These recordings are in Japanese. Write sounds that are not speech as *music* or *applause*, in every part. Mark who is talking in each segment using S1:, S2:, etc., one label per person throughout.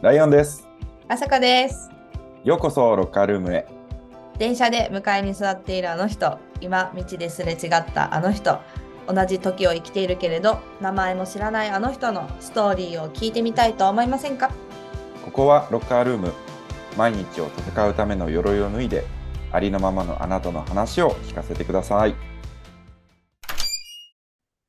S1: ライオンです。
S2: あさかです。
S1: ようこそロッカールームへ。
S2: 電車で向かいに座っているあの人、今道ですれ違ったあの人、同じ時を生きているけれど、名前も知らないあの人のストーリーを聞いてみたいと思いませんか
S1: ここはロッカールーム。毎日を戦うための鎧を脱いで、ありのままのあなたの話を聞かせてください。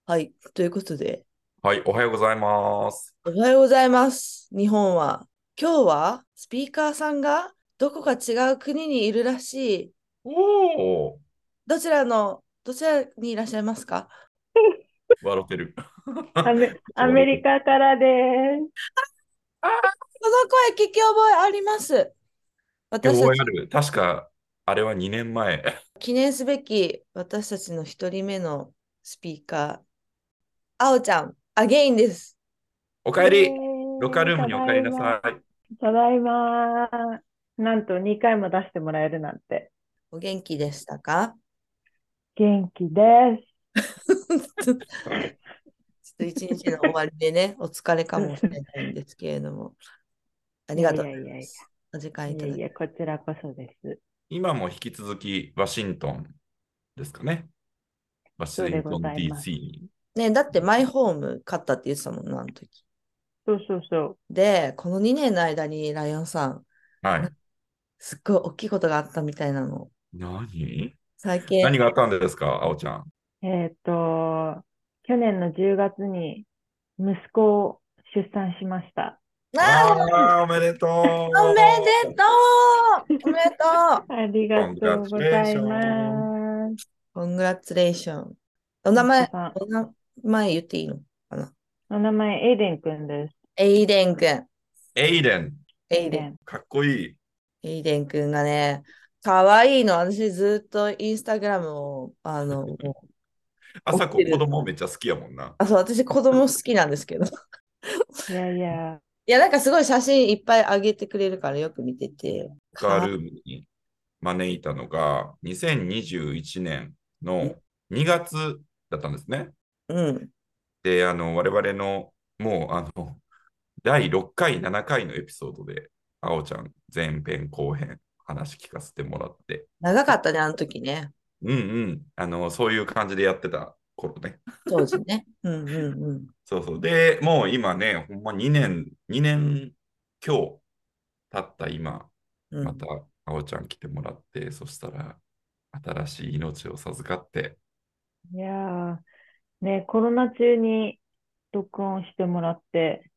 S2: はい、ということで、
S1: はい、おはようございます。
S2: おはようございます。日本は。今日はスピーカーさんがどこか違う国にいるらしい。
S1: おお、
S2: どちらの、どちらにいらっしゃいますか
S1: 笑ってる。
S3: *laughs*
S4: アメアメリカからで
S2: この声聞き覚えあります。私た
S3: 覚
S2: ち
S3: えある。確か、あれは2年前。
S2: 記念すべき私たちの一人目のスピーカー、あおちゃん、アゲインです。
S3: お
S4: す。
S3: かえ
S4: イエ
S3: り
S4: ー、イ
S3: ロカルームにおかえりなさい。
S4: ただいま。ただいまなんと2回も出してもらえるなんて。
S2: お元気でしたか
S4: 元気で
S2: ちょっと一日の終わりでね、お疲れかもしれないんですけれども。あ
S4: す。
S2: りがとうござ
S4: い
S2: い
S4: やいやい
S2: ます。お時間い
S4: や
S2: ただ
S4: いやい
S2: き
S4: や、こちらこそです。
S3: 今も引き続き、ワシントンですかね。ワシン
S4: そうで
S3: ト
S4: ご
S3: ン
S4: ざいます
S3: DC に。
S2: ね、だってマイホーム買ったって言ってたもんな、あの時。
S4: そうそうそう。
S2: で、この2年の間にライオンさん、
S3: はい。
S2: すっごい大きいことがあったみたいなの。
S3: 何
S2: 最近、
S3: 何があったんですか、あおちゃん。
S4: えっ、と、去年の10月に息子を出産しました。
S2: あー
S3: あー、おめでとう。
S2: お
S3: お
S2: めでとうおめでとう
S4: ありがとうございます。
S2: コングラチュレーション。お名前、
S4: さん
S2: お名前言っていいの
S4: お名前、エイデンくんです。
S2: エイデン君。
S3: エイデン、
S2: エイデン。
S4: ン。
S3: かっこいい。
S2: エイデン君がね、かわいいの。私ずっとインスタグラムを、あ *laughs* の、もう
S3: 朝子、
S2: 起きてる
S3: 子供めっちゃ好きやもんな。
S2: あ、そう、私子供好きなんですけど。い
S4: いやいや、
S2: や、なんかすごい写真いっぱい上げてくれるからよく見てて。
S3: ガールームに招いたのが、2021年の2月だったんですね。
S2: うん。
S3: で、あの、我々の、もう、あの、第6回、7回のエピソードで、あおちゃん、前編後編、話聞かせてもらって、
S2: 長かったね、あの時ね。
S3: うんうん、あの、そういう感じでやってた頃ね。
S2: 当時ね。うんうんうん。
S3: そうそう。で、もう今ね、ほんま2年、2年今日、経った今、
S2: うん、
S3: また、あおちゃん来てもらって、そしたら、新しい命を授かって、
S4: いやーね、コロナ中に録音してもらって、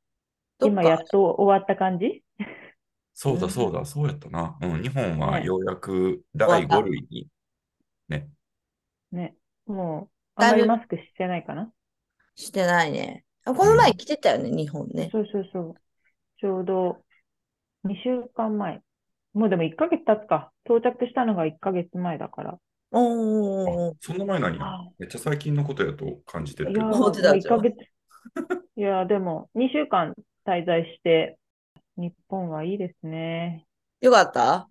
S2: どっ
S4: 今
S2: か
S4: やっと終わった感じ
S3: そう
S2: う
S3: だ
S2: ん
S3: そうだ、そうやったな。うん、日本は
S4: ね
S3: ようやく
S2: 終
S3: 第
S2: わった
S3: 5類に、ね、
S4: ね、もう、
S2: だ
S4: あ
S2: い
S4: んま
S2: ぶ
S4: りマスクしてないかな
S2: してないね。あこの前来てたよね、日本ね。
S4: そうそうそう。ちょうど2週間前。もうでも1ヶ月経つか。到着したのが1ヶ月前だから。
S2: おーおーおー。
S3: そんな前何
S4: あ
S3: めっちゃ最近のことやと感じて
S4: いや
S3: る
S4: ー、
S3: けど。
S4: も
S2: 思ってた
S4: う
S2: じゃん
S4: 1ヶ月。 *laughs* いやー、でも2週間滞在して、日本はいいですね。
S2: よかった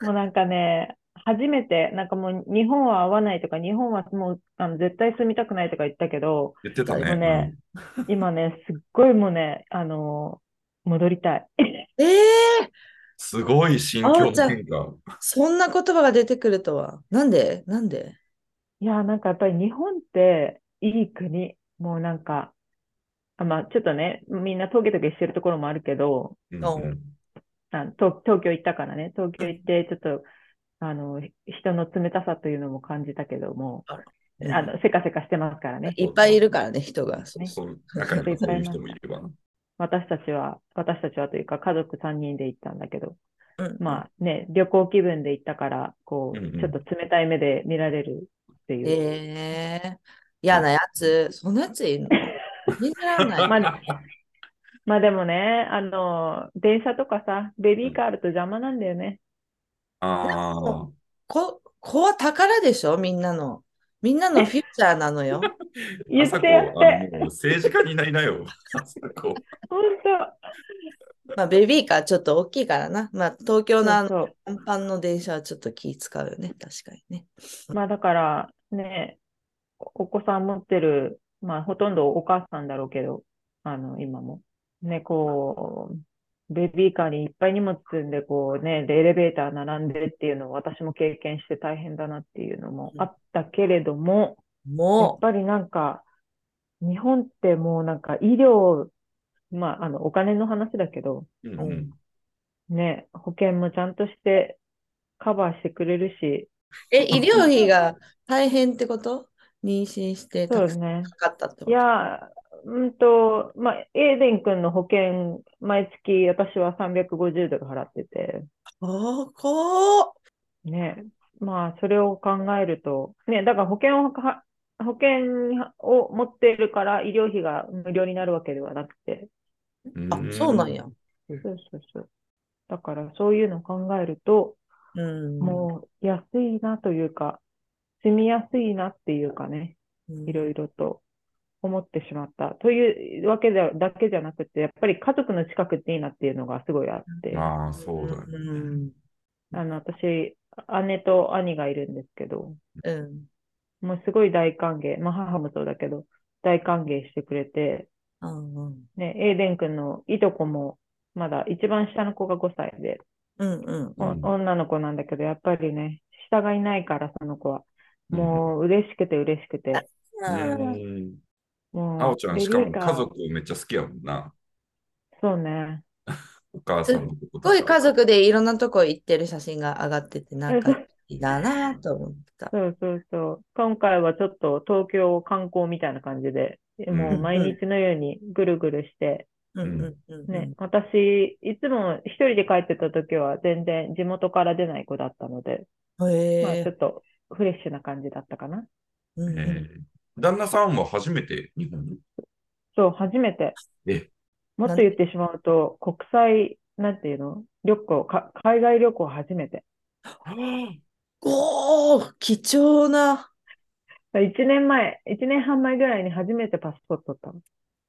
S4: もうなんかね、初めて、なんかもう日本は合わないとか、日本はもうあの絶対住みたくないとか言ったけど、
S3: 言ってた
S2: で
S3: ね。
S4: もね今ね、すっごいもうね、あのー戻りたい。
S2: ええ
S3: すごい心境
S2: あおちゃ
S3: の
S2: ん
S3: 変化。
S2: そんな言葉が出てくるとは。なんでなんで
S4: いや、なんかやっぱり日本っていい国。もうなんか、あまあちょっとね、みんなトゲトゲしてるところもあるけど、
S3: うん
S2: お
S3: うん
S4: あの東、東京行ったからね、東京行ってちょっと、あの、人の冷たさというのも感じたけども、あの、せかせかしてますからね。
S2: いっぱいいるからね、人が。そう
S4: ね
S3: そう中にはそういう人もいれば。
S4: 私たちは、私たちはというか家族3人で行ったんだけど、
S2: うん
S4: まあね、旅行気分で行ったから、こ
S3: うんう
S4: う、
S3: ん
S4: ちょっと冷たい目で見られるっていう。
S2: ええ嫌なやつ。そんなやつ
S4: *laughs*
S2: いるの信じられない。
S4: まあ、まあでもね、あの、電車とかさ、ベビーカーあると邪魔なんだよね。
S3: ああ。
S2: こ、子は宝でしょみんなの。みんなのフューチャーなのよ。
S4: 言ってやっ
S3: 朝子あ
S4: て、
S3: のもう政治家になりなよ。朝子
S4: ほんと。
S2: まあ、ベビーカーちょっと大きいからな。まあ、東京のあの、
S4: そう
S2: パンパンの電車はちょっと気使うよね。確かにね。
S4: そう。まあだから、ね、おお子さん持ってる、まあほとんどお母さんだろうけど、あの、今も。ね、こう、ベビーカーにいっぱい荷物積んで、こうね、で、エレベーター並んでるっていうのを私も経験して大変だなっていうのもあったけれども、やっ
S2: も
S4: ぱりなんか、日本ってもうなんか医療、まあ、あの、お金の話だけど、
S3: うんうん、
S4: ね、保険もちゃんとしてカバーしてくれる
S2: う、
S4: し、
S2: え、医療費が大変ってこと妊娠して
S4: そう
S2: た
S4: で
S2: く
S4: す
S2: さん
S4: ね。
S2: かかったってこと
S4: いやー、うんと、まあ、エーデン君の保険、毎月私は350ドル払ってて、
S2: 高っ
S4: ね、まあ、それを考えると、ね、だから保険をか、保険を持っているから医療費が無料になるわけではなくて、
S3: うん
S2: あ、そうなんや。。
S4: そうそうそう。だから、そういうのを考えると、
S2: うん。
S4: もう安いなというか、住みやすいなっていうかね、
S2: うん
S4: いろいろと思ってしまった。というわけだだけじゃなくて、やっぱり家族の近くっていいなっていうのがすごいあって、あ
S3: ああ、そうだね。
S2: うん。
S4: の、私、姉と兄がいるんですけど、
S2: うん。
S4: もうすごい大歓迎、まあ母もそうだけど、大歓迎してくれて、
S2: うん。
S4: ね、エーデン君のいとこも、まだ一番下の子が5歳で、
S2: うん。うん。
S4: お
S3: うん
S4: 女の子なんだけど、やっぱりね、下がいないから、その子は。もう嬉しくて嬉しくて。
S3: うん。
S4: もう
S3: あおちゃん、しか
S4: ベ
S3: も
S4: ビーカー
S3: 家族めっちゃ好きやもんな。
S4: そうね。
S3: お母さんのことと
S2: す
S3: か。
S2: ごい家族でいろんなとこ行ってる写真が上がってて、なんかいいなぁと思 *laughs* った。
S4: *laughs* そうそうそう。今回はちょっと東京観光みたいな感じで、もう毎日のようにぐるぐるして、
S2: うんうんうん。
S4: ね、私、いつも一人で帰ってた時は全然地元から出ない子だったので、
S2: へ
S4: まあちょ
S2: え
S4: っとフレッシュな感じだったかな。
S2: うんうん
S3: えー旦那さんも初めて日本に。
S4: そう、初めて。
S3: え
S4: もっと言ってしまうと、国際、なんていうの旅行か、海外旅行初めて。
S2: おー貴重な。
S4: 1年前、1年半前ぐらいに初めてパスポート取ったの。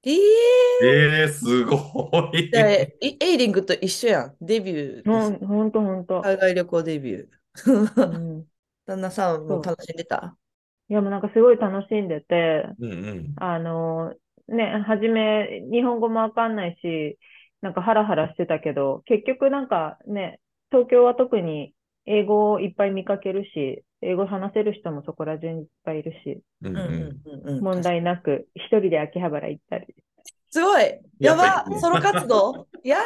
S2: えー、
S3: えー、すごい。
S2: じゃあえエイリングと一緒やん。デビューです。
S4: ほんほんとほ
S2: *laughs*
S4: んと。
S2: 海外旅行デビュ
S4: う
S2: ー。
S4: ん
S2: 旦那さんも楽しんでた。
S4: いや、もうなんかすごい楽しんでて、
S3: うんうん。
S4: あの、ね、はじめ、日本語もわかんないし、なんかハラハラしてたけど、結局なんかね、東京は特に英語をいっぱい見かけるし、英語話せる人もそこら中にいっぱいいるし、
S3: う
S2: うんんう
S3: うん
S2: うんうん
S4: *laughs* 問題なく一人で秋葉原行ったり、
S2: すごい。や
S3: やっ
S2: ば
S3: ぱり。
S2: ソロ活動いや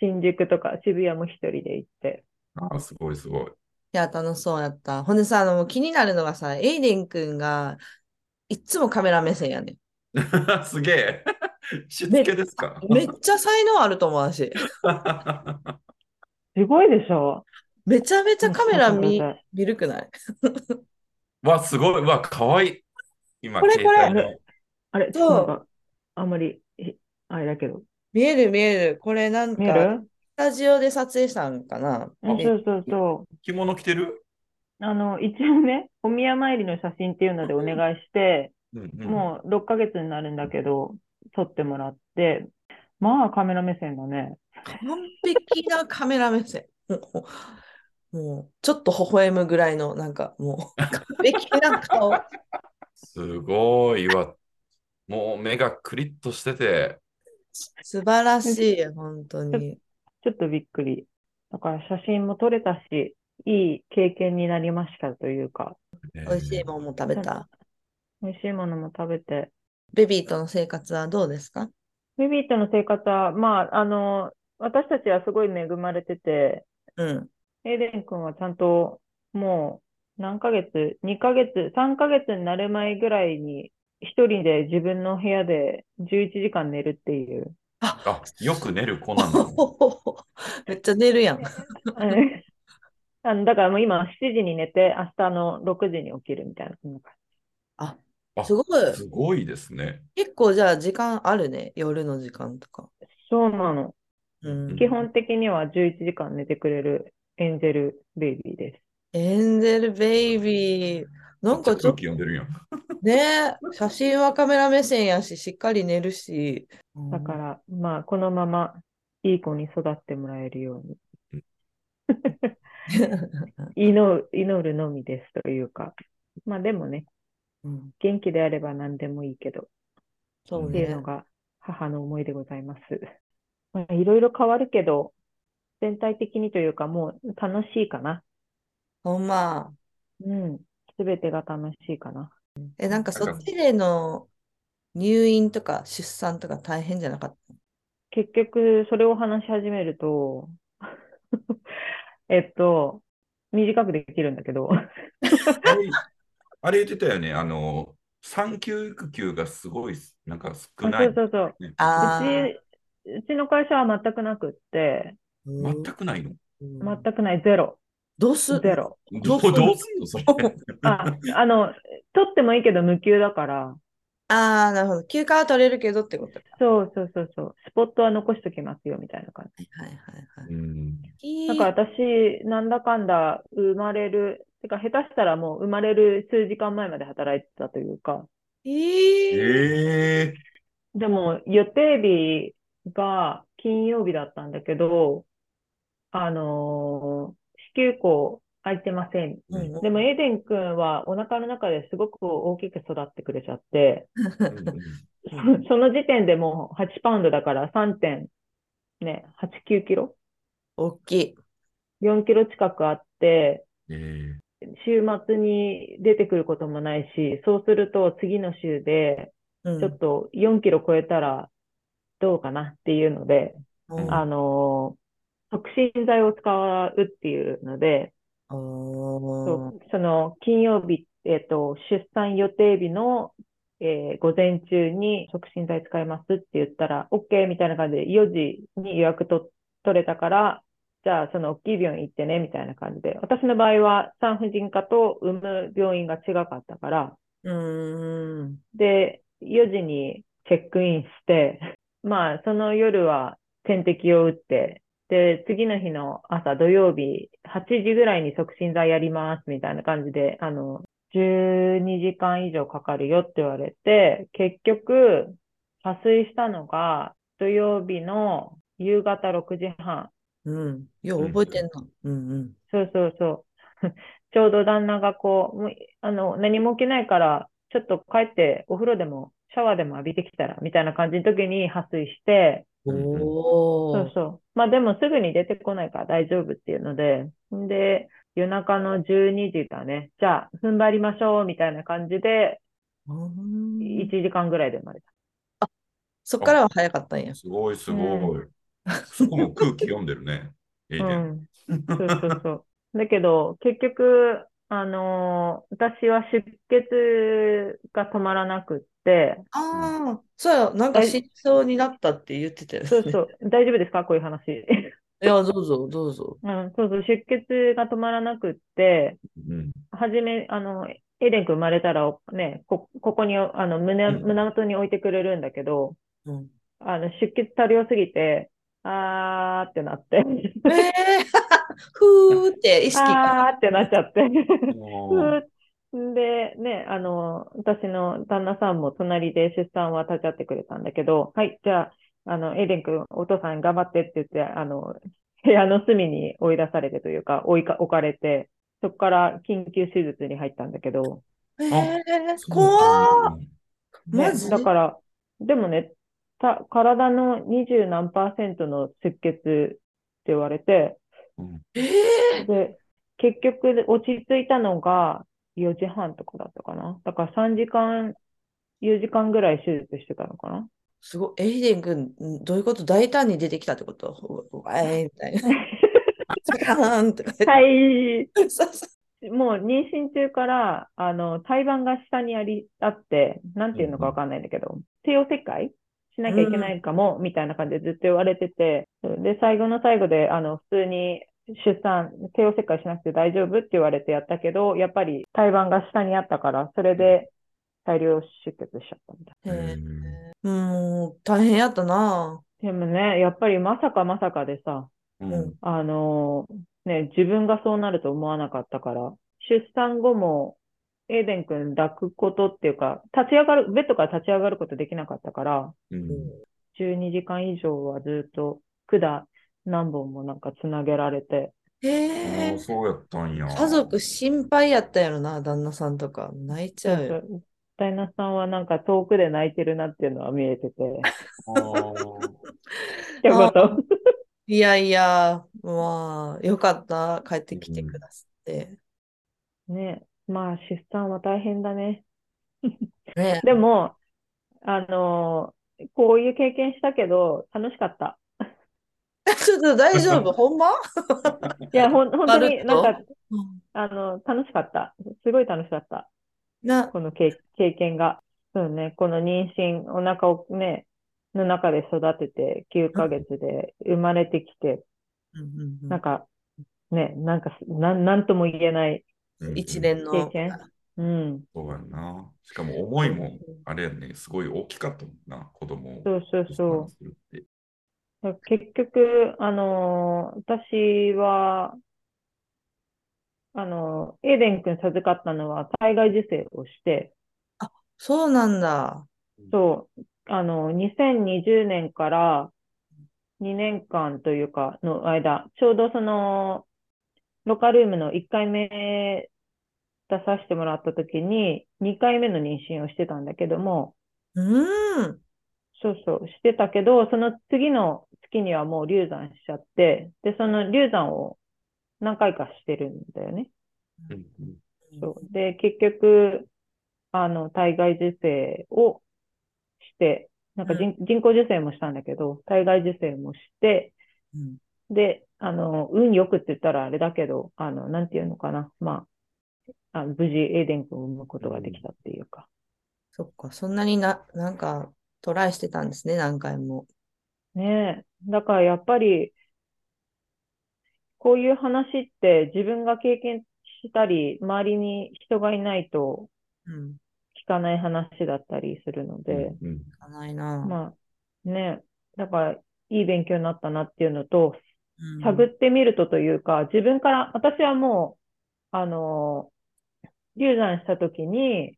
S4: 新宿とか渋谷も一人で行って、
S3: ああ、すごいすごい。 *laughs*
S2: いや、楽しそうやった。ほんでさ、あの、もう気になるのがさ、エイデン君が、いっつもカメラ目線やね
S3: すげえ。しつけですか
S2: ん。めっちゃ才能あると思うし、
S4: すごいでしょ
S2: *laughs* めちゃめちゃカメラ
S4: 見
S2: 見
S4: てください
S2: 見るくな
S3: *laughs*
S2: い
S3: わ、すごい。わ、かわいい。今、
S2: これ
S3: 携帯
S4: こ
S3: の。
S4: あれ、ちょっとなんか、あんまり、えあれだけど、
S2: 見える見える。これなん
S4: 見
S2: か、
S4: る
S2: スタジオで撮影したんかな。
S4: うん
S2: で
S4: そうそうそう。
S3: 着物着てる
S4: あの、一応ね、お宮参りの写真っていうのでお願いして、
S3: うんうん。
S4: もう6ヶ月になるんだけど、撮ってもらって、まあカメラ目線だね。
S2: 完璧なカメラ目線。もう、もうちょっと微笑むぐらいの、なんかもう、 *laughs* 完璧な顔。
S3: すごいわ。もう目がクリッとしてて。
S2: 素晴らしい、本当に。
S4: ちょっとびっくり。だから写真も撮れたし、いい経験になりましたというか、
S2: 美味しいもんも食べた。
S4: 美味しいものも食べて。
S2: ベビーとの生活はどうですか
S4: ベビーとの生活は、まあ、あの、私たちはすごい恵まれてて、
S2: うん。
S4: エイデン君はちゃんともう何ヶ月、2ヶ月、3ヶ月になる前ぐらいに一人で自分の部屋で11時間寝るって *laughs* いう。
S3: あ、よく寝る子なの。
S2: *laughs* *laughs* めっちゃ寝るやん。
S4: あのだからもう今7時に寝て明日の6時に起きるみたいな。
S3: あ
S2: すごい。
S3: すごいですね。
S2: 結構じゃあ時間あるね。夜の時間とか。
S4: そうなの。
S2: うん
S4: 基本的には11時間寝てくれるエンジェルベイビーで
S2: エンゼルベイビー。なんかち
S3: 空
S2: ょっと
S3: 気読んでるやん。
S2: *laughs* ね、写真はカメラ目線やし、しっかり寝るし。
S4: す。だから、まあこのままいい子に育ってもらえるように祈る祈るのみですというか。まあでもね、
S2: うん
S4: 元気であれば何でもいいけど、
S2: *laughs* そう
S4: っていう
S2: ね
S4: の。が母の思いでございます。まあ、いろいろ変わるけど、全体的にというか、もう楽しいかな。
S2: ほんま。
S4: うん。すべてが楽しいかな。
S2: え、なんか
S3: なんか
S2: そっちでの入院とか出産とか大変じゃなかった
S4: 結局、それを話し始めると、 *laughs* えっと、短くできるんだけど、
S3: あれあれ言ってたよね、あの、産休育休がすごい、なんか少
S4: あ
S3: ない。
S4: そうそうそう。
S3: ね
S2: あー
S4: うち、うちの会社は全くなくって、
S3: 全くないの
S4: 全くない、ゼロ、
S2: どうす
S4: ゼロ。
S3: どう
S2: どう
S3: どうすんのそれ。
S4: あ、あの、取ってもいいけど無給だから、
S2: ああ、なるほど。休暇は取れるけどってこと。
S4: そうそうそうそう、スポットは残しときますよみたいな感
S2: はいはいはいは
S3: うん
S2: い。
S4: じ。なんか私、なんだかんだ生まれる、てか下手したらもう生まれる数時間前まで働いてたというか、
S2: え
S3: え
S2: ー、
S3: え
S4: でも予定日が金曜日だったんだけど、あのー子宮口空いてません。
S2: うん
S4: でもエイデン君はお腹の中ですごく大きく育ってくれちゃって、
S3: うんうん
S4: その時点でもう8パウンドだから3.89キロ
S2: 大きい。
S4: ?4 キロ近くあって、
S3: え
S4: 週末に出てくることもないし、そうすると次の週で
S2: うん
S4: ちょっと4キロ超えたらどうかなっていうので、
S2: うん
S4: あのー促進剤を使うっていうので、
S2: おー
S4: そうその金曜日、えっと、出産予定日の、えー午前中に促進剤使いますって言ったら、OK みたいな感じで4時に予約と取れたから、じゃあその大きい病院行ってねみたいな感じで、私の場合は産婦人科と産む病院が違かったから、
S2: うーん。
S4: で、4時にチェックインして、 *laughs* まあ、その夜は点滴を打って、で、次の日の朝土曜日、8時ぐらいに促進剤やります、みたいな感じで、あの、12時間以上かかるよって言われて、結局、破水したのが土曜日の夕方6時半。
S2: うん。よう覚えてんの。うんうん。
S4: そうそうそう。 *laughs* ちょうど旦那がこう、もう、あの、何も起きないから、ちょっと帰ってお風呂でも、シャワーでも浴びてきたら、みたいな感じの時に破水して、
S2: お
S4: そう
S2: ー。
S4: そう。まあでもすぐに出てこないから大丈夫っていうので、んで、夜中の12時だね。じゃあ、踏ん張りましょう、みたいな感じで、
S2: うん
S4: 1時間ぐらいで生まれた。
S2: そっからは早かったんや
S3: え。すごいすごい。そこも空気読んでるね。ええね
S4: うん。そうそうそう。だけど、結局、あのー私は出血が止まらなくって、
S2: ああ、そうや、なんか
S4: 大
S2: 真相になったって言ってたよね。
S4: そうそう、大丈夫ですかこういう話。
S2: *laughs*
S4: *laughs*
S2: いや、どうぞ、どうぞ。
S4: うん、そうそう、出血が止まらなくって、
S3: うん
S4: はじめ、あの、エデン君生まれたら、ね、こ、ここに、あの、胸、
S3: うん
S4: 胸元に置いてくれるんだけど、
S2: うん、
S4: あの、出血多量すぎて、あーって
S2: *laughs*
S4: なっ
S2: え
S4: て、
S2: えふーって意識が。
S4: あーってなっちゃって。
S3: あ
S4: で、ね、あの、私の旦那さんも隣で出産は立ち会ってくれたんだけど、はい、じゃあ、あの、エイデン君、お父さん頑張ってって言って、あの、部屋の隅に追い出されてというか、追いか、置かれて、そこから緊急手術に入ったんだけど、
S2: ええ
S3: ー
S2: 怖っ。
S4: ね
S2: マジ
S4: だから、でもね、た、体の20何パーセントの出血って言われて、
S2: ええ
S4: で、結局落ち着いたのが4時半とかだったかな。だから3時間、4時間ぐらい手術してたのかな。
S2: すごい。エイデン君、んどういうこと大胆に出てきたってことおおえーみたいな。パカーンって。
S4: はい。
S2: そうそう
S4: もう妊娠中から、あの、胎盤が下にあり、あって、なんていうのかわかんないんだけど、帝王切開しなきゃいけないかも、みたいな感じでずっと言われてて、で、最後の最後で、あの、普通に出産、帝王切開しなくて大丈夫って言われてやったけど、やっぱり胎盤が下にあったから、それで大量出血しちゃったみたい
S2: えーもう大変やったな。
S4: な。でもね、やっぱりまさかまさかでさ、
S3: うん
S4: あのね、自分がそうなると思わなかったから、出産後も、エイデン君抱くことっていうか、立ち上がる、ベッドから立ち上がることできなかったから、
S3: うん
S4: 12時間以上はずっと管何本もなんかつなげられて、
S2: え
S3: あ
S2: え
S3: あそうやったんや。
S2: 家族心配やったやろな、旦那さんとか。泣いちゃうよ。*laughs*
S4: 旦那さんはなんか遠くで泣いてるなっていうのは見えてて、
S3: あー
S4: ってこと。
S2: いやいや、まあ、よかった。帰ってきてくださって。
S4: ね、まあ出産は大変だね。
S2: ね
S4: *laughs* でも、あのーこういう経験したけど、楽しかった。
S2: え *laughs* ちょっと大丈
S4: *laughs*
S2: 夫ほんま
S4: いや、ほん、本当に
S2: まるっと
S4: なんか、あの、楽しかった。すごい楽しかった。
S2: な、
S4: この経、経験が。そうね、この妊娠、お腹をね、の中で育てて、9ヶ月で生まれてきて、
S2: うんうんうん
S4: なんか、ね、なんかす、なん、なんとも言えない。
S2: 一連の
S4: 経験うん。
S3: そうやな。しかも思いも、あれやね、すごい大きかったもんな、子供を。
S4: そうそうそう。
S3: するって。
S4: 結局、あのー私は、あのーエーデン君授かったのは体外受精をして、
S2: そうなんだ。
S4: そう、あのー2020年から2年間というかの間、ちょうどその、ロカルームの1回目出させてもらった時に、2回目の妊娠をしてたんだけども、
S2: うん。
S4: そうそう、してたけど、その次の月にはもう流産しちゃって、で、その流産を何回かしてるんだよね。
S3: うんうん
S4: そう。で、結局、あの、体外受精をして、なんか人、人工受精もしたんだけど、体外受精もして、
S2: うん
S4: で、あの、運よくって言ったらあれだけど、あの、なんていうのかな。まあ、あ無事、エーデン君を産むことができたっていうか。
S2: そっか、そんなにな、なんか、トライしてたんですね、何回も。
S4: ねえ。だからやっぱり、こういう話って自分が経験したり、周りに人がいないと
S2: うん。
S4: 聞かない話だったりするので、
S3: うんうん
S2: いかないな。
S4: まあねえ、だからいい勉強になったなっていうのと、
S2: うん
S4: 探ってみるとというか、自分から、私はもう、あの、流産した時に、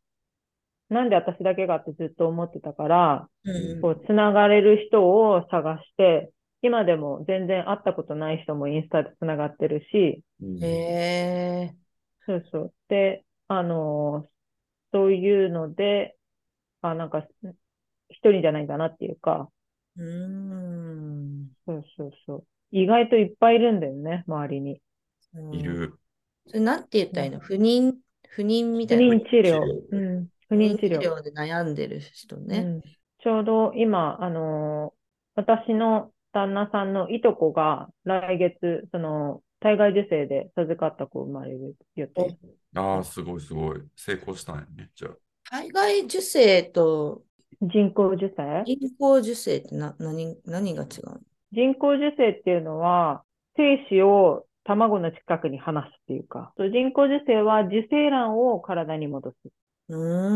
S4: なんで私だけがってずっと思ってたから、
S2: うん
S4: こう、つながれる人を探して、今でも全然会ったことない人もインスタでつながってるし、
S3: うん
S2: へえ。
S4: そうそう。で、あのーそういうので、あ、なんか、一人じゃないんだなっていうか、
S2: うーん。
S4: そうそうそう。意外といっぱいいるんだよね、周りに。
S3: いる。
S2: それなんて言ったらいいの不妊、不妊み
S4: 不
S2: たいな。
S4: 妊治療。
S3: 不
S4: うん。不
S2: 不
S4: 妊治療。
S2: で悩んでる人
S4: う
S2: ね。
S4: んちょうど今、あのー私の旦那さんのいとこが来月、その、体外受精で授かった子生まれる予定。
S3: ああ、すごいすごい。成功したんやね。じゃあ、
S2: 体外受精と
S4: 人工受精
S2: 人工受精ってな何何が違うの
S4: 人工受精っていうのは、精子を卵の近くに離すっていうか、そう人工受精は受精卵を体に戻す。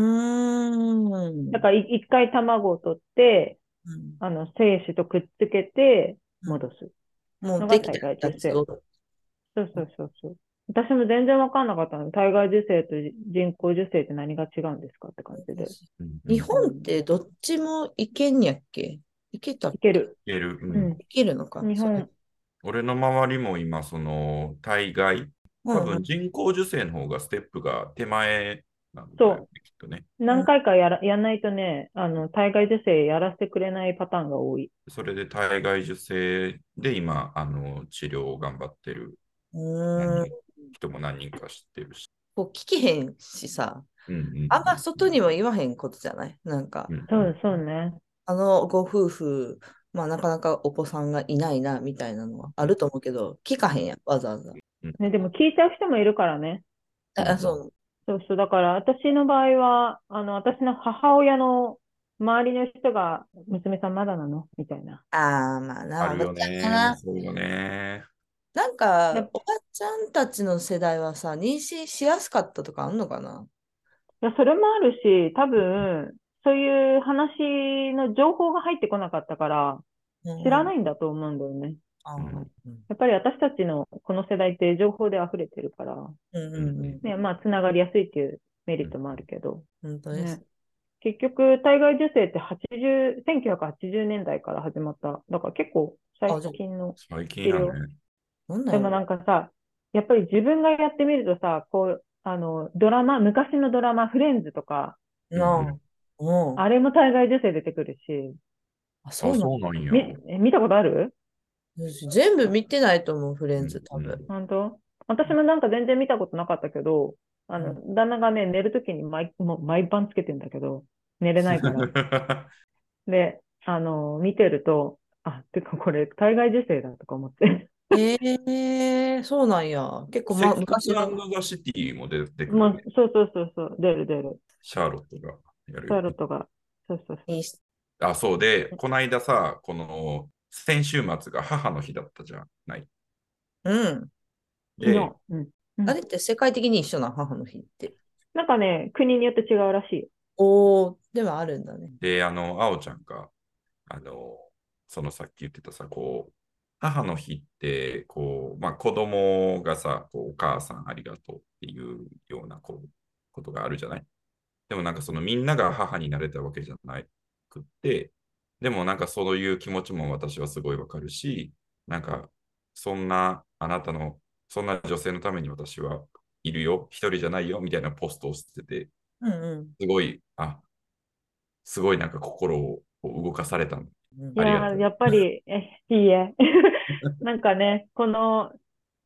S2: うーん。
S4: だからい一回卵を取って、
S2: うん
S4: あの、精子とくっつけて戻す。
S2: もうできたやつを。
S4: そうそうそうそう。私も全然わかんなかったの。体外受精と人工受精って何が違うんですかって感じで。い
S3: うん
S2: 日本ってどっちもいけんやっけいけたい
S4: ける。
S3: いける。うん
S4: うん。
S2: いけるのか
S4: 日本。
S3: 俺の周りも今、その、体外、
S2: そう
S3: 多
S2: うんうん
S3: 分人工授精の方がステップが手前なんだよね
S4: そう
S3: きっとね。
S4: 何回かやら、やんないとね、あの、体外受精やらせてくれないパターンが多い。
S3: それで体外受精で今、あの、治療を頑張ってる
S2: うーん。
S3: 人も何人か知ってるし。
S2: こう聞きへんしさ、
S3: うんうん
S2: あんま外には言わへんことじゃないなんか、
S3: うん
S4: そう、そうね。
S2: あのご夫婦、まあなかなかお子さんがいないなみたいなのはあると思うけど、聞かへんやん、わざわざ。
S4: ね、でも聞いちゃう人もいるからね。
S2: あ、そう。
S4: そうそう。だから私の場合は、あの、私の母親の周りの人が、娘さんまだなのみたいな。
S2: ああ、まあな、
S3: あるよ
S2: おばちゃんかな
S3: ね。。そうよね。
S2: なんか、
S4: ね
S2: おばちゃんたちの世代はさ、妊娠しやすかったとかあんのかない。
S4: や、それもあるし、多分、そういう話の情報が入ってこなかったから、知らないいんだと思うんだよね。
S2: あーうん
S4: やっぱり私たちのこの世代って情報で溢れてるから、
S2: うんうんうん。
S4: ね、まあ、つながりやすいっていうメリットもあるけど、
S2: 本当です
S4: ね。。結局、体外受精って80、1980年代から始まった。だから結構最
S2: あじゃあ
S4: 近の。
S3: 最近やね。
S2: なんだ
S4: でもな
S2: よ。
S4: んかさ、やっぱり自分がやってみるとさ、こう、あの、ドラマ、昔のドラマ、フレンズとか、
S2: なあ。うん。
S4: あれも体外受精出てくるし、
S2: あ、そ
S3: そう
S2: なの
S3: うなんや。
S4: み、え見たことある
S2: 全部見てないと思う、フレンズ、多
S3: うんう
S2: 分
S3: *laughs* ん。
S4: 本当私もなんか全然見たことなかったけど、あの、旦那がね、寝るときに毎、もう毎晩つけてんだけど、寝れな
S3: *laughs*
S4: いから。で、あの、見てると、あ、てかこれ、体外受精だとか思って。
S2: ええ、そうなんや。結構、
S3: セ
S2: ま、
S3: ック
S2: 昔
S3: スアン
S2: の。
S3: ドザシティも出てく
S4: も
S3: る
S4: う
S3: ね。、
S4: そうそうそうそう、出る出る。
S3: シャーロットがやる
S4: シャーロットが。そうそうそう。
S2: いいし
S3: あ、そうで、この間さ、この先週末が母の日だったじゃない。
S2: うん。
S3: で、
S4: 昨日。うん。
S2: あれって世界的に一緒な母の日って。
S4: なんかね、国によって違うらしい。
S2: おお、ではあるんだね。
S3: で、あの、あおちゃんが、あの、そのさっき言ってたさ、こう、母の日って、こう、まあ子供がさ、こうお母さんありがとうっていうようなこうことがあるじゃないでもなんかそのみんなが母になれたわけじゃなくって、でもなんかそういう気持ちも私はすごいわかるし、なんかそんなあなたの、そんな女性のために私はいるよ、一人じゃないよみたいなポストをしてて、
S2: うんう
S3: すごい、あ、すごいなんか心をこう動かされたの。
S2: んうん。
S4: い
S3: ありが
S4: や
S3: と
S4: ー、
S3: う
S4: やっぱり、え、い
S3: *laughs*
S4: いえ。なんかね、この、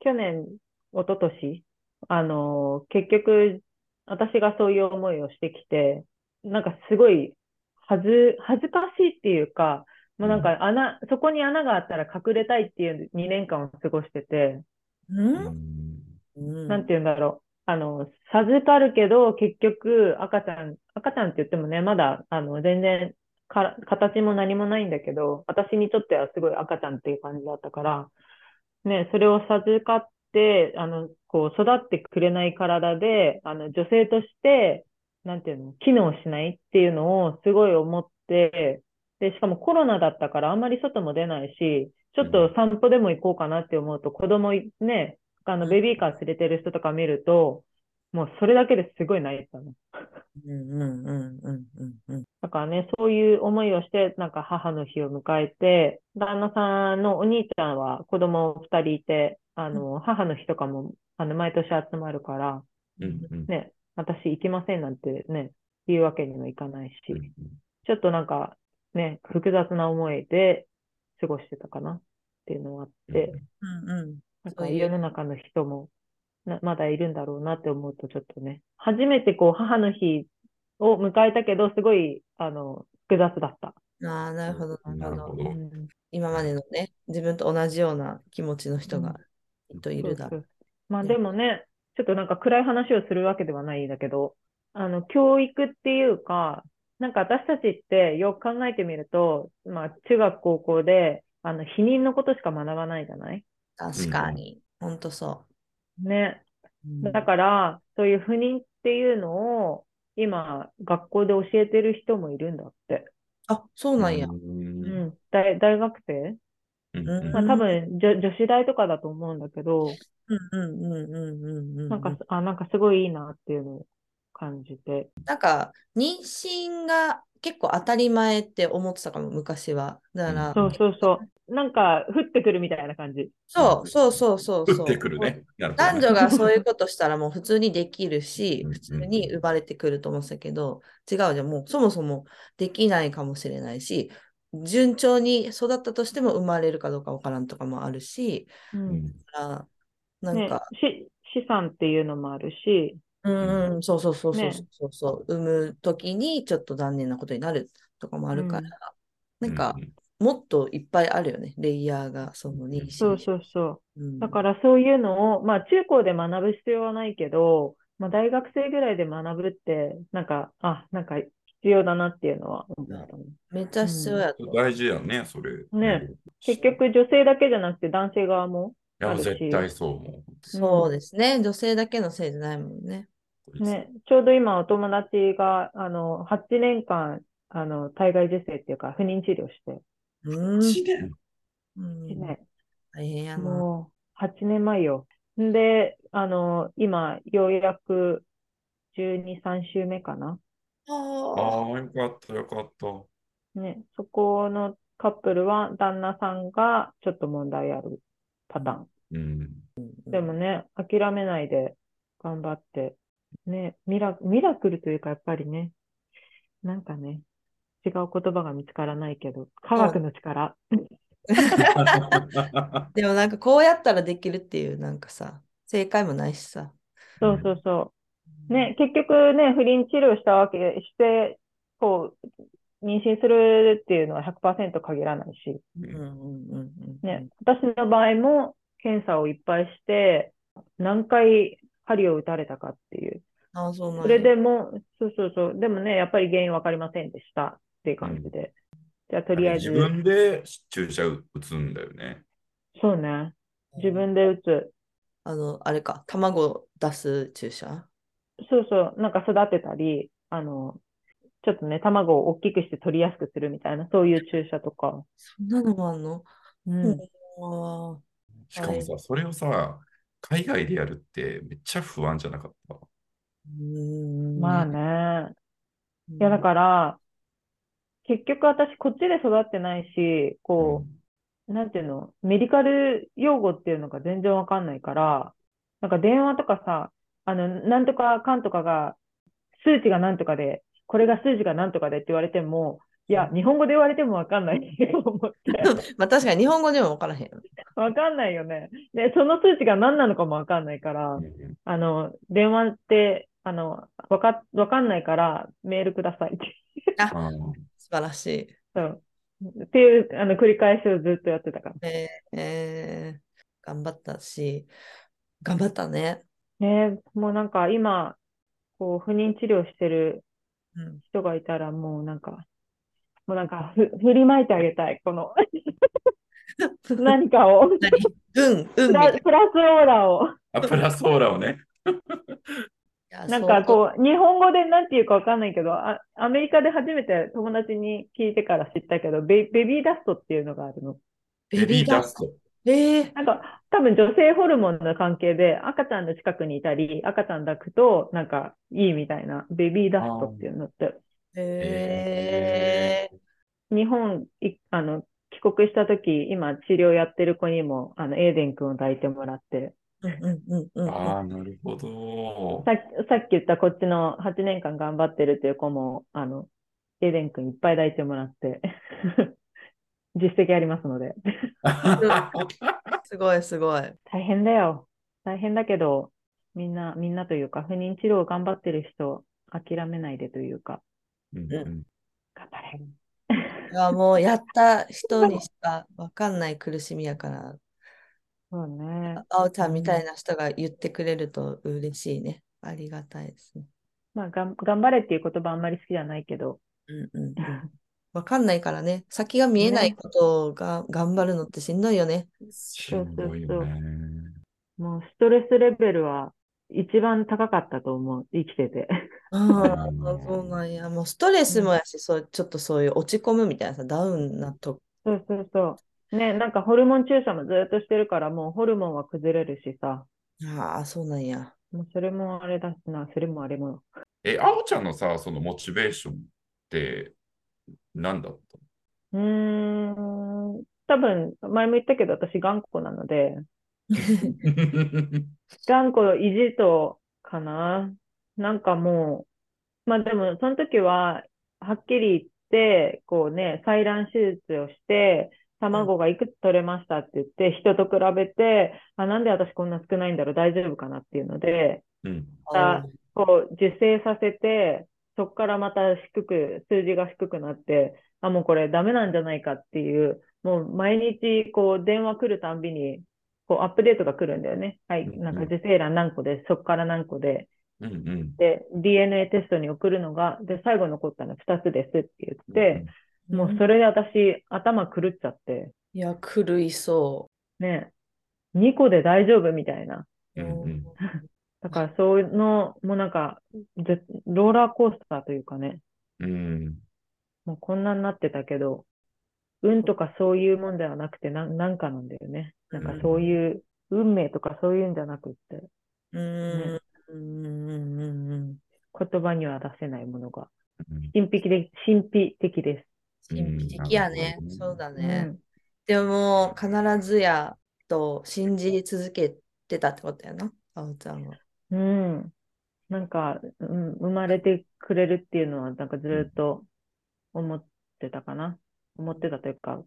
S4: 去年、一昨年あのー、結局、私がそういう思いをしてきて、なんかすごい、はず、恥ずかしいっていうか、もうなんか穴、そこに穴があったら隠れたいっていう2年間を過ごしてて、
S2: うんう
S4: なんて言うんだろう。あの、授かるけど、結局、赤ちゃん、赤ちゃんって言ってもね、まだ、あの、全然か、形も何もないんだけど、私にとってはすごい赤ちゃんっていう感じだったから、ね、それを授かって、あの、こう、育ってくれない体で、あの、女性として、なんていうの、機能しないっていうのをすごい思って、で、しかもコロナだったからあんまり外も出ないし、ちょっと散歩でも行こうかなって思うと、子供いね、あの、ベビーカー連れてる人とか見ると、もうそれだけですごい泣いてたの。
S2: うんうんうんうんうんうん。
S4: だからね、そういう思いをして、なんか母の日を迎えて、旦那さんのお兄ちゃんは子供2人いて、あの、母の日とかも、あの、毎年集まるから、
S3: うんうん
S4: ね、私行きませんなんてね、言うわけにもいかない
S3: うん
S4: し、ちょっとなんか、ね、複雑な思いで過ごしてたかなっていうのはあって、
S2: うんうん。
S4: なんか
S2: そういう
S4: 世の中の人もなまだいるんだろうなって思うとちょっとね、初めてこう母の日を迎えたけど、すごい、あの、複雑だった。
S2: ああ、なるほど、
S3: うん
S2: な
S3: な
S2: る
S3: る
S2: ほ
S3: ほ
S2: ど。
S3: ど。
S4: うん
S2: 今までのね、自分と同じような気持ちの人がきっとい
S4: そ
S2: る
S4: う
S2: だ
S4: そ
S2: ろう。
S4: うまあでもね、ちょっとなんか暗い話をするわけではないんだけど、あの、教育っていうか、なんか私たちってよく考えてみると、まあ中学高校で、あの、避妊のことしか学ばないじゃない
S2: 確かに。ほんとそ
S4: ね。
S2: う。
S4: だから、そういう不妊っていうのを、今、学校で教えてる人もいるんだって。
S2: あ、そうなんや
S3: う。
S4: うんん。大、大学生
S3: うん
S2: うん
S4: まあ多分、女、女子大とかだと思うんだけど、
S2: うんうんうんうんうんうん。
S4: なんか、あ、なんかすごいいいなっていうのを感じて。
S2: なんか妊娠が結構当たり前って思ってたかも、昔は。だから、
S4: そうそうそう。なんか、降ってくるみたいな感じ。
S2: そうそうそうそう
S3: 降
S2: そ
S3: っ
S2: う。
S3: てくるね。なるほど
S2: 男
S3: ね
S2: 女がそういうことしたらもう普通にできるし
S3: うん、
S2: 普通に生まれてくると思ってたけど、違うじゃん。もうそもそもできないかもしれないし、順調に育ったとしても生まれるかどうかわからんとかもあるし、
S3: うん
S2: あなん
S4: ね
S2: か、、
S4: し、資産っていうのもあるし、
S2: うんうん、そうそうそうそう
S4: ね
S2: そうそう、産むときにちょっと残念なことになるとかもあるから、なんか、もっといっぱいあるよね、レイヤーが、その妊娠。
S4: そうそうそう。
S2: うん
S4: だからそういうのを、まあ中高で学ぶ必要はないけど、まあ大学生ぐらいで学ぶって、なんか、あ、なんか必要だなっていうのは思ったね。
S2: めっちゃ必要やと
S3: うん
S2: 思う。
S3: 大事やね、それ。
S4: ね
S3: うん
S4: 結局女性だけじゃなくて男性側も、
S3: いや、
S4: あるし
S3: 絶対そう思
S2: そうですね、女性だけのせいじゃないもんね。
S3: う。
S4: ね、ちょうど今お友達が、あの、8年間、あの、体外受精っていうか不妊治療して、
S2: うん。
S3: 1年
S2: うん
S4: ね、
S2: 大変やな。
S4: もう8年前よ。んで、あの、今、ようやく12、3週目かな。
S2: あ
S3: ああ、よかった、よかった。
S4: ね、そこのカップルは旦那さんがちょっと問題あるパターン。
S2: *laughs*
S3: うん。
S2: ー
S4: でもね、諦めないで頑張って、ね、ミラ、ミラクルというかやっぱりね、なんかね、違う言葉が見つからないけど、科学の力。
S2: でもなんかこうやったらできるっていうなんかさ、正解もないしさ。
S4: そうそうそう。ね、結局ね、不倫治療したわけ、して、こう、妊娠するっていうのは100%限らないし、
S2: うんうんうんうん。
S4: ね、私の場合も検査をいっぱいして、何回針を打たれたかっていう。
S2: ああ、そうなんや
S4: それでも、そうそうそう、でもね、やっぱり原因わかりませんでしたっていう感じで。じゃあ、とりあえず
S3: 自、分で注射打つんだよね。
S4: そうね、自分で打つ。
S2: あの、あれか、卵を出す注射
S4: そうそう、なんか育てたり、あの、ちょっとね、卵を大きくして取りやすくするみたいな、そういう注射とか。
S2: そんなのもあんの
S4: うん。
S2: あ
S3: しかもさ、それをさ、海外でやるってめっちゃ不安じゃなかった。
S2: ー
S4: まあ。ね。
S2: い
S4: いや、だから、結局私、こっちで育ってないし、こう、なんていうの、メディカル用語っていうのが全然わかんないから、なんか電話とかさ、あの、なんとかかんとかが、数値がなんとかで、これが数字がなんとかでって言われても、いや、日本語で言われてもわかんないって思って。
S2: *laughs* まあ確かに日本語でも分からへんよね。
S4: わかんないよね。で、その数値が何なのかもわかんないから
S3: う、ん
S4: あの、電話って、あの、わか、わかんないからメールくださいって。
S3: あー
S2: 素晴らしい。
S4: そう。っていう、あの、繰り返しをずっとやってたから。
S2: えーえー頑張ったし、頑張ったね。
S4: ねえもうなんか今、こう、不妊治療してる
S2: うん、
S4: 人がいたら、もうなんか、もうなんか、ふ、振りまいてあげたい。こ *laughs* の、
S2: *laughs*
S4: 何かを、
S2: う
S4: プ
S2: ん、うん、みた
S4: *laughs* ラ、
S2: いな
S4: プラスオーラを。
S3: あプラソーラをね。
S2: いや。
S4: なん
S2: 相
S4: か
S2: 当
S4: こう、日本語でなんていうかわかんないけど、あ、アメリカで初めて友達に聞いてから知ったけど、ベ、ベビーダストっていうのがあるの。
S3: ベビ
S2: ベビ
S3: ー
S2: ー
S3: ダ
S2: ダ
S3: ス
S2: ス
S3: ト。
S2: えー、
S4: なんか、多分女性ホルモンの関係で、赤ちゃんの近くにいたり、赤ちゃん抱くと、なんか、いいみたいな、ベビーダストっていうのって、
S2: え
S4: 日本、い、あの、帰国した時、今治療やってる子にも、あの、エーデン君を抱いてもらって、
S2: ー、うんうんうんうん
S3: ああ、なるほど
S4: さ。っき、さっき言ったこっちの8年間頑張ってるっていう子も、あの、エーデン君いっぱい抱いてもらって、 *laughs* 実績ありますので。
S2: すごいすごい。
S4: 大変だよ。大変だけど、みんな、みんなというか、不妊治療を頑張ってる人、諦めないでというか、
S3: うんうん
S4: 頑張れ。
S2: いやもうやった人にしか分かんない苦しみやから、
S4: そうね。
S2: あおちゃんみたいな人が言ってくれると嬉しいね。ありがたいですね。
S4: まあ、がん、頑張れっていう言葉あんまり好きじゃないけど、
S2: うんうんうん、分かんないからね、先が見えないことが、頑張るのってしんどいよね。
S3: しんどいよね。
S4: もうストレスレベルは一番高かったと思う。生きてて。
S2: ああ、そうなんや。もうストレスもやし、そう、ちょっとそういう落ち込むみたいなさ、ダウンなと。
S4: そうそうそう。ね、なんかホルモン注射もずっとしてるから、もうホルモンは崩れるしさ、
S2: ああ、そうなんや。
S4: もうそれもあれだしな、それもあれも。
S3: え、あおちゃんのさ、そのモチベーションって何だっ
S4: うーん、多分、前も言ったけど、私頑固なので、
S3: たの
S4: 頑固意地とかな。なんかもう、まあでも、その時は、はっきり言って、こうね、採卵手術をして、卵がいくつ取れましたって言って、人と比べて、あ、なんで私こんな少ないんだろう、大丈夫かなっていうので、
S3: うん。
S2: あ
S4: あこう、受精させて、そこからまた低く、数字が低くなって、あ、もうこれダメなんじゃないかっていう、もう毎日、こう、電話来るたんびに、こう、アップデートが来るんだよね。はい、
S3: うん
S4: なんか受精卵何個で、そこから何個で、
S3: うんうん。
S4: で、DNA テストに送るのが、で、最後残ったの2つですって言って、
S2: ー
S4: もうそれで私、頭狂っちゃって、
S2: いや、狂いそ
S4: ね、2個で大丈夫みたいな。
S3: う
S2: う。
S3: んうん
S4: だから、そういうの、もうなんか、ずローラーコースターというかね、
S3: うん。
S4: もうこんなになってたけど、運とかそういうもんではなくて、なん、なんかなんだよね。なんかそういう、運命とかそういうんじゃなくって、
S2: うーん。うんうんうんうん。
S4: 言葉には出せないものが、
S3: うん
S4: 神秘的、神秘的です。
S2: 神秘的やね
S3: う。ん
S2: そうだ
S4: う
S2: ね。
S4: ん。
S2: でも、必ずやと信じ続けてたってことやな、あおちゃんは。
S4: うん。なんか、うん、生まれてくれるっていうのは、なんかずっと思っってたかな。思ってたというか、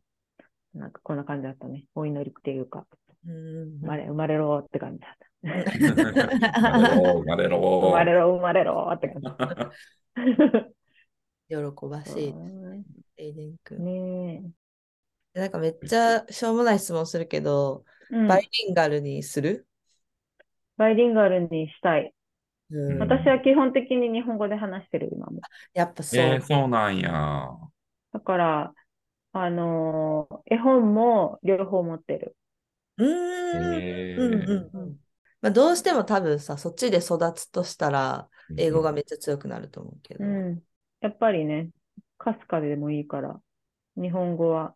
S4: なんかこんな感じだったね。お祈りっていうか、
S2: うん
S4: 生まれ、生まれろって感じだった。
S3: 生まれろ、
S4: 生ま
S3: 生
S4: れろ、生まれろって感じ。
S3: まれろ。
S2: 喜ばしいですね。エイデン君。
S4: ね
S2: なんかめっちゃしょうもない質問するけど、
S4: え、うん
S2: バイリンガルにする、
S4: バイリンガルにしたい。
S2: うん
S3: うん
S4: 私は基本的に日本語で話してる、今も。
S2: やっぱそ
S3: *laughs*
S2: う。
S3: えー、そうなんや。
S4: だから、あのー絵本も両方持ってる。
S2: うーん
S3: え
S2: うんうんうんまあ、どうしても多分さ、そっちで育つとしたら、英語がめっちゃ強くなると思うけど。。
S4: うん。やっぱりね、かすかでもいいから、日本語は、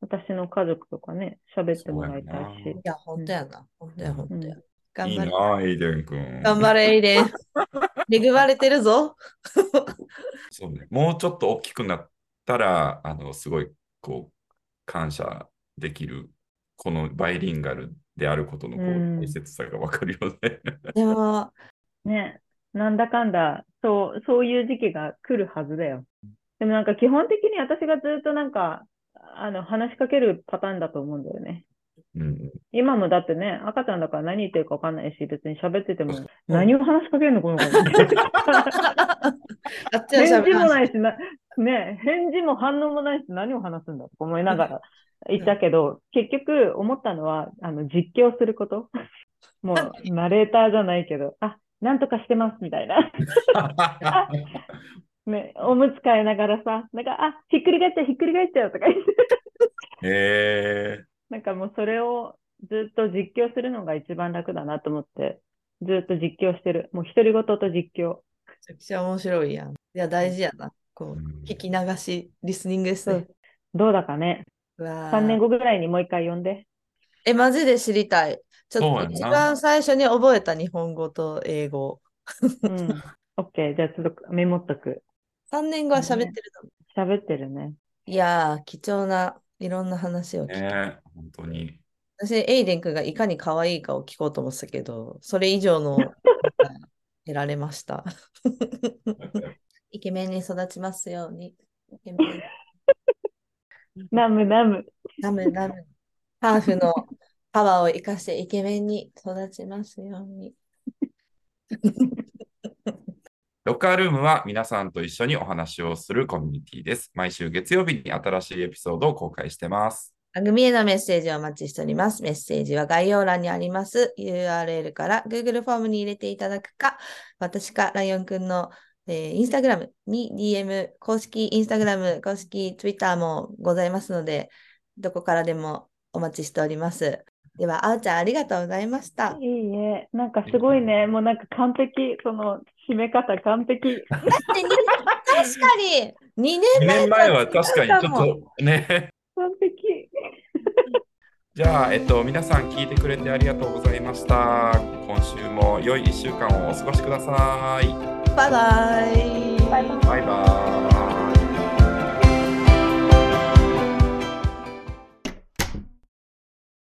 S4: 私の家族とかね、喋ってもらいたい
S3: そうや
S4: し
S3: ない
S2: や、本当やな。本当や、本当や。頑
S3: いい
S2: 張れ。
S3: な、エイデン君。
S2: 頑張れ、エイデン。恵まれてるぞ。
S3: そうね。もうちょっと大きくなったら、あの、すごい、こう、感謝できる、このバイリンガルであることのこう
S4: うん
S3: 大切さがわかるよね。
S2: でも、
S4: ね、なんだかんだ、そう、そういう時期が来るはずだよ。でもなんか基本的に私がずっとなんか、あの、話しかけるパターンだと思うんだよね。
S3: *laughs* うん、
S4: 今もだってね、赤ちゃんだから何言ってるか分かんないし、別に喋ってても、何を話しかけるのこ *laughs* の子に
S2: あっちは
S4: 返
S2: 喋
S4: 事も
S2: ら
S4: ないしな、ね、返事も反応もないし、何を話すんだと思いながら言ったけど、結局思ったのは、あの、実況すること。もう、ナレーターじゃないけど、あ、なんとかしてます、みたいな。ね、おむつ替えながらさ、なんか、あ、ひっくり返っちゃう、ひっくり返っちゃうとか言って、 *laughs*
S3: えー、
S4: なんかもうそれをずっと実況するのが一番楽だなと思って、ずっと実況してる。もう独り言と実況。
S2: めちゃくちゃ面白いやん。いや、大事やな。
S3: う
S2: こ
S3: ん
S2: う、聞き流し、リスニングですね。
S4: どうだかね。
S2: うわー
S4: 3年後ぐらいにもう一回呼んで。
S2: え、マジで知りたい。ちょ
S3: そう
S2: っ
S3: や
S2: と
S3: な
S2: 一番最初に覚えた日本語と英語。
S4: うん。OK。じゃあちょっとメモっとく。
S2: 3年後は喋ってるの。
S4: 喋ってるね。
S2: いやー、貴重ないろんな話を聞いた。
S3: ね本当に。
S2: 私、エイデン君がいかに可愛いかを聞こうと思ってたけど、それ以上のなんか得られました。イケメンに育ちますように。イケメン。
S4: ナムナム。
S2: ダムダム。ハーフのパワーを生かしてイケメンに育ちますように。
S3: ロッカールームは皆さんと一緒にお話をするコミュニティです。毎週月曜日に新しいエピソードを公開してます。
S2: 番組へのメッセージをお待ちしております。メッセージは概要欄にあります URL から Google フォームに入れていただくか、私かライオンくんの、えー、インスタグラムに DM、公式インスタグラム、公式 Twitter もございますので、どこからでもお待ちしております。では、あおちゃんありがとうございました。
S4: いいね。なんかすごいね。もうなんか完璧。その、締め方完璧。
S2: だってに確かに2
S3: 2
S2: 年前
S3: 年前は確かにち
S2: と違うも
S3: ょっとね。
S4: 完璧。
S3: じゃあ、えっと、皆さん聞いてくれてありがとうございました。今週も良い1週間をお過ごしください。
S2: バイバイ。
S3: バイバーイ。